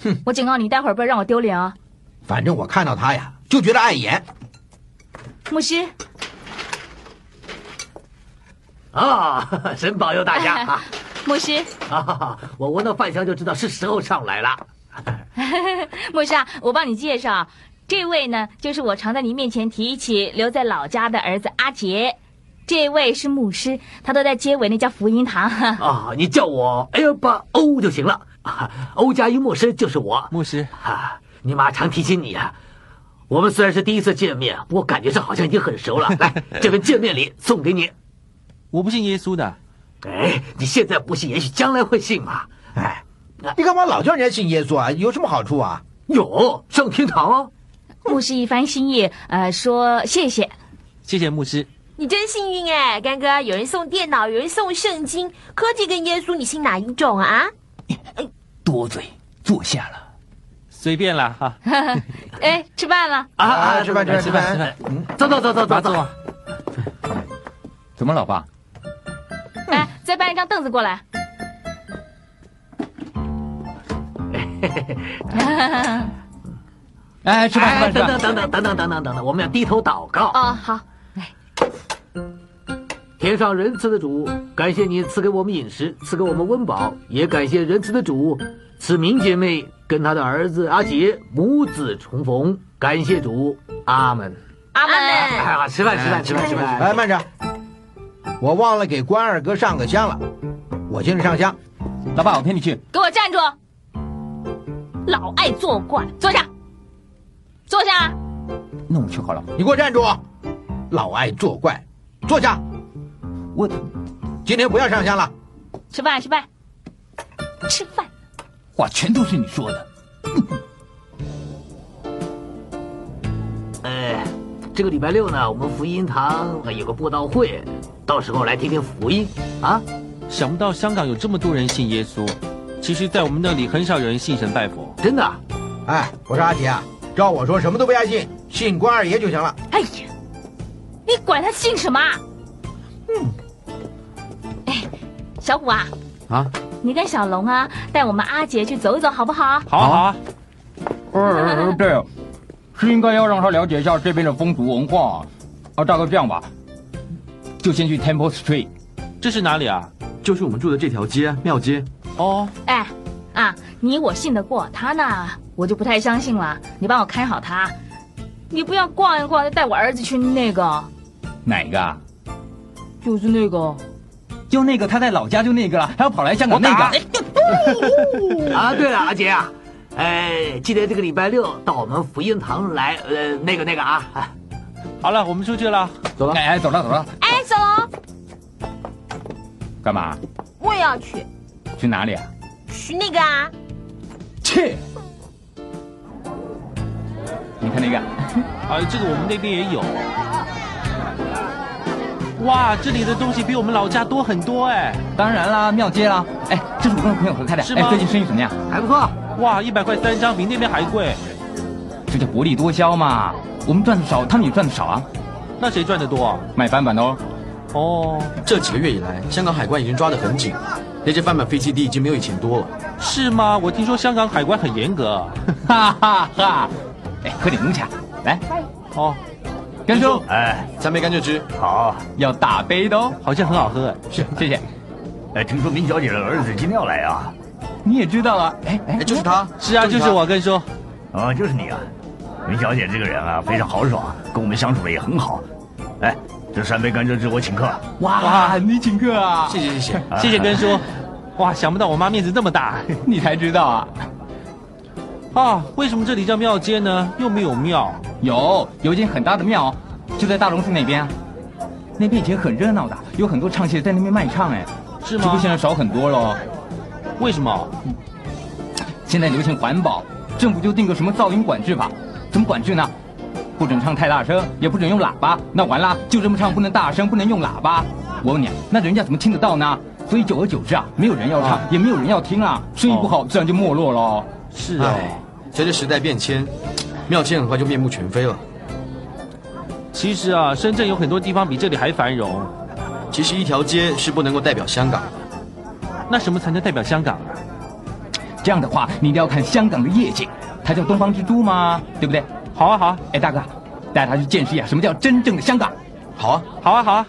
Speaker 5: 哼！我警告你，待会儿不要让我丢脸啊！
Speaker 7: 反正我看到他呀，就觉得碍眼。
Speaker 5: 牧师，
Speaker 11: 啊，神保佑大家啊！
Speaker 5: <laughs> 牧师，
Speaker 11: 啊，我闻到饭香就知道是时候上来了。
Speaker 5: 牧师啊，我帮你介绍，这位呢，就是我常在你面前提起留在老家的儿子阿杰，这位是牧师，他都在街尾那家福音堂。
Speaker 11: 啊，你叫我哎呦吧欧就行了。啊、欧家一牧师就是我。
Speaker 20: 牧师
Speaker 11: 啊，你妈常提醒你啊。我们虽然是第一次见面，不过感觉上好像已经很熟
Speaker 20: <laughs>
Speaker 11: 了。来，这份见面礼送给你。
Speaker 20: 我不信耶稣的。
Speaker 11: 哎，你现在不信，也许将来会信嘛。
Speaker 7: 你干嘛老叫人家信耶稣啊？有什么好处啊？
Speaker 11: 有上天堂哦。
Speaker 5: 牧师一番心意，呃，说谢谢。
Speaker 20: 谢谢牧师。
Speaker 14: <laughs> 你真幸运哎，干哥，有人送电脑，有人送圣经，科技跟耶稣，你信哪一种啊？
Speaker 3: 多嘴，坐下了。
Speaker 21: 随便啦哈。
Speaker 5: <laughs> 哎，吃饭了
Speaker 21: 啊啊吃
Speaker 3: 哎
Speaker 21: 饭吃饭吃饭吃饭
Speaker 18: 嗯
Speaker 11: 走走走走走
Speaker 21: 走。
Speaker 3: 啊怎么，老爸？
Speaker 5: 哎，再搬一张凳子过来。 <laughs>
Speaker 3: 哎，吃
Speaker 11: 饭，
Speaker 5: 吃
Speaker 11: 等
Speaker 5: 饭
Speaker 11: 等等等等等等等等等，我们要低头祷告。
Speaker 5: 哦，好，
Speaker 11: 天上仁慈的主，感谢你赐给我们饮食，赐给我们温饱，也感谢仁慈的主，此明姐妹跟她的儿子阿杰母子重逢，感谢主，阿门。
Speaker 1: 阿门。
Speaker 11: 啊，吃饭吃饭吃饭吃饭，
Speaker 7: 哎，慢着，我忘了给关二哥上个香了，我先去上香。
Speaker 3: 老爸，我陪你去。
Speaker 1: 给我站住！老爱作怪，坐下，坐下。
Speaker 3: 那我去好了。
Speaker 7: 你给我站住！老爱作怪，坐下。
Speaker 3: 我
Speaker 7: 今天不要上香了。
Speaker 5: 吃饭吃饭，吃饭。
Speaker 3: 话全都是你说的。
Speaker 11: 哎，这个礼拜六呢，我们福音堂呃有个布道会，到时候来听听福音啊。
Speaker 21: 想不到香港有这么多人信耶稣，其实，在我们那里很少有人信神拜佛。
Speaker 11: 真
Speaker 22: 啊
Speaker 11: 的？
Speaker 7: 哎，我说阿杰啊，照我说什么都不要信，信关二爷就行了。
Speaker 5: 哎呀，你管他姓什么？嗯。哎，小虎啊，
Speaker 21: 啊，
Speaker 5: 你跟小龙啊，带我们阿杰去走一走，好不好？
Speaker 21: 好啊好啊。
Speaker 3: 呃，对，是应该要让他了解一下这边的风俗文化。啊，大哥，这样吧，就先去 Temple Street。
Speaker 21: 这是哪里啊？
Speaker 22: 就是我们住的这条街，庙街。
Speaker 21: 哦，
Speaker 5: 哎，啊，你我信得过他呢，我就不太相信了。你帮我看好他，你不要逛一逛就带我儿子去那个，
Speaker 3: 哪一个啊？
Speaker 5: 就是那个，
Speaker 3: 就那个他在老家就那个了，还要跑来香港那
Speaker 1: <laughs>
Speaker 3: 个。
Speaker 11: 啊，对了，阿杰啊，哎，记得这个礼拜六到我们福音堂来，呃，那个那个啊，啊
Speaker 21: 好了，我们出去了，
Speaker 3: 走了。哎，走了走了，
Speaker 14: 哎，小龙，
Speaker 3: 干嘛？
Speaker 14: 我也要去，
Speaker 3: 去哪里啊？
Speaker 14: 去那个啊。
Speaker 3: 去。你看那个，
Speaker 21: <laughs> 啊，这个我们那边也有。哇，这里的东西比我们老家多很多哎。
Speaker 3: 当然啦，庙街啦。哎，这是我跟我朋友合开的。
Speaker 21: 是
Speaker 3: 哎
Speaker 21: 吗，
Speaker 3: 最近生意怎么样？
Speaker 11: 还不错。
Speaker 21: 哇，一百块三张，比那边还贵。
Speaker 3: 这叫薄利多销嘛。我们赚的少，他们也赚的少啊。
Speaker 21: 那谁赚的多啊？
Speaker 3: 买翻版的哦。
Speaker 21: 哦，
Speaker 22: 这几个月以来，香港海关已经抓得很紧，那些贩卖废弃地已经没有以前多了。
Speaker 21: 是吗？我听说香港海关很严格。
Speaker 3: 哈哈哈！哎，喝点红茶，来。
Speaker 21: 啊哦，
Speaker 3: 甘叔，
Speaker 6: 哎，
Speaker 22: 三杯甘蔗汁。
Speaker 6: 好，
Speaker 3: 要大杯的哦，
Speaker 21: 好像很好喝。
Speaker 7: 啊
Speaker 3: 是，谢谢。
Speaker 6: 哎，听说林小姐的儿子今天要来啊？
Speaker 3: 你也知道啊，哎哎，
Speaker 22: 就是他，
Speaker 21: 是啊，就是我跟说，
Speaker 6: 啊，就是你啊。林小姐这个人啊，非常豪爽，跟我们相处的也很好。哎，这三杯甘蔗汁我请客。
Speaker 3: 哇，你请客啊！
Speaker 6: 谢谢谢谢
Speaker 21: <laughs> 谢谢根叔。哇，想不到我妈面子这么大。 <laughs>
Speaker 3: 你才知道啊。
Speaker 21: 啊，为什么这里叫庙街呢？又没有庙。
Speaker 3: 有有一间很大的庙，就在大龙寺那边啊。那边以前很热闹的，有很多唱戏的在那边卖唱，哎，
Speaker 21: 是
Speaker 3: 吗？只不过现在少很多了。哦嗯
Speaker 21: 为什么？
Speaker 3: 现在流行环保，政府就定个什么噪音管制法，怎么管制呢？不准唱太大声，也不准用喇叭。那完了，就这么唱，不能大声，不能用喇叭。我问你，啊那人家怎么听得到呢？所以久而久之啊，没有人要唱，也没有人要听啊，生意不
Speaker 21: 哦
Speaker 3: 好，自然就没落了。哦
Speaker 21: 是哎
Speaker 22: 啊，随着时代变迁，庙街很快就面目全非了。
Speaker 21: 其实啊，深圳有很多地方比这里还繁荣。
Speaker 22: 其实一条街是不能够代表香港的。
Speaker 21: 那什么才能代表香港啊？
Speaker 3: 这样的话，你一定要看香港的夜景，它叫东方之珠嘛，对不对？
Speaker 21: 好啊，好啊。
Speaker 3: 哎，大哥，带他去见识一下什么叫真正的香港。
Speaker 22: 好啊，
Speaker 21: 好啊，好啊。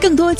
Speaker 23: 更多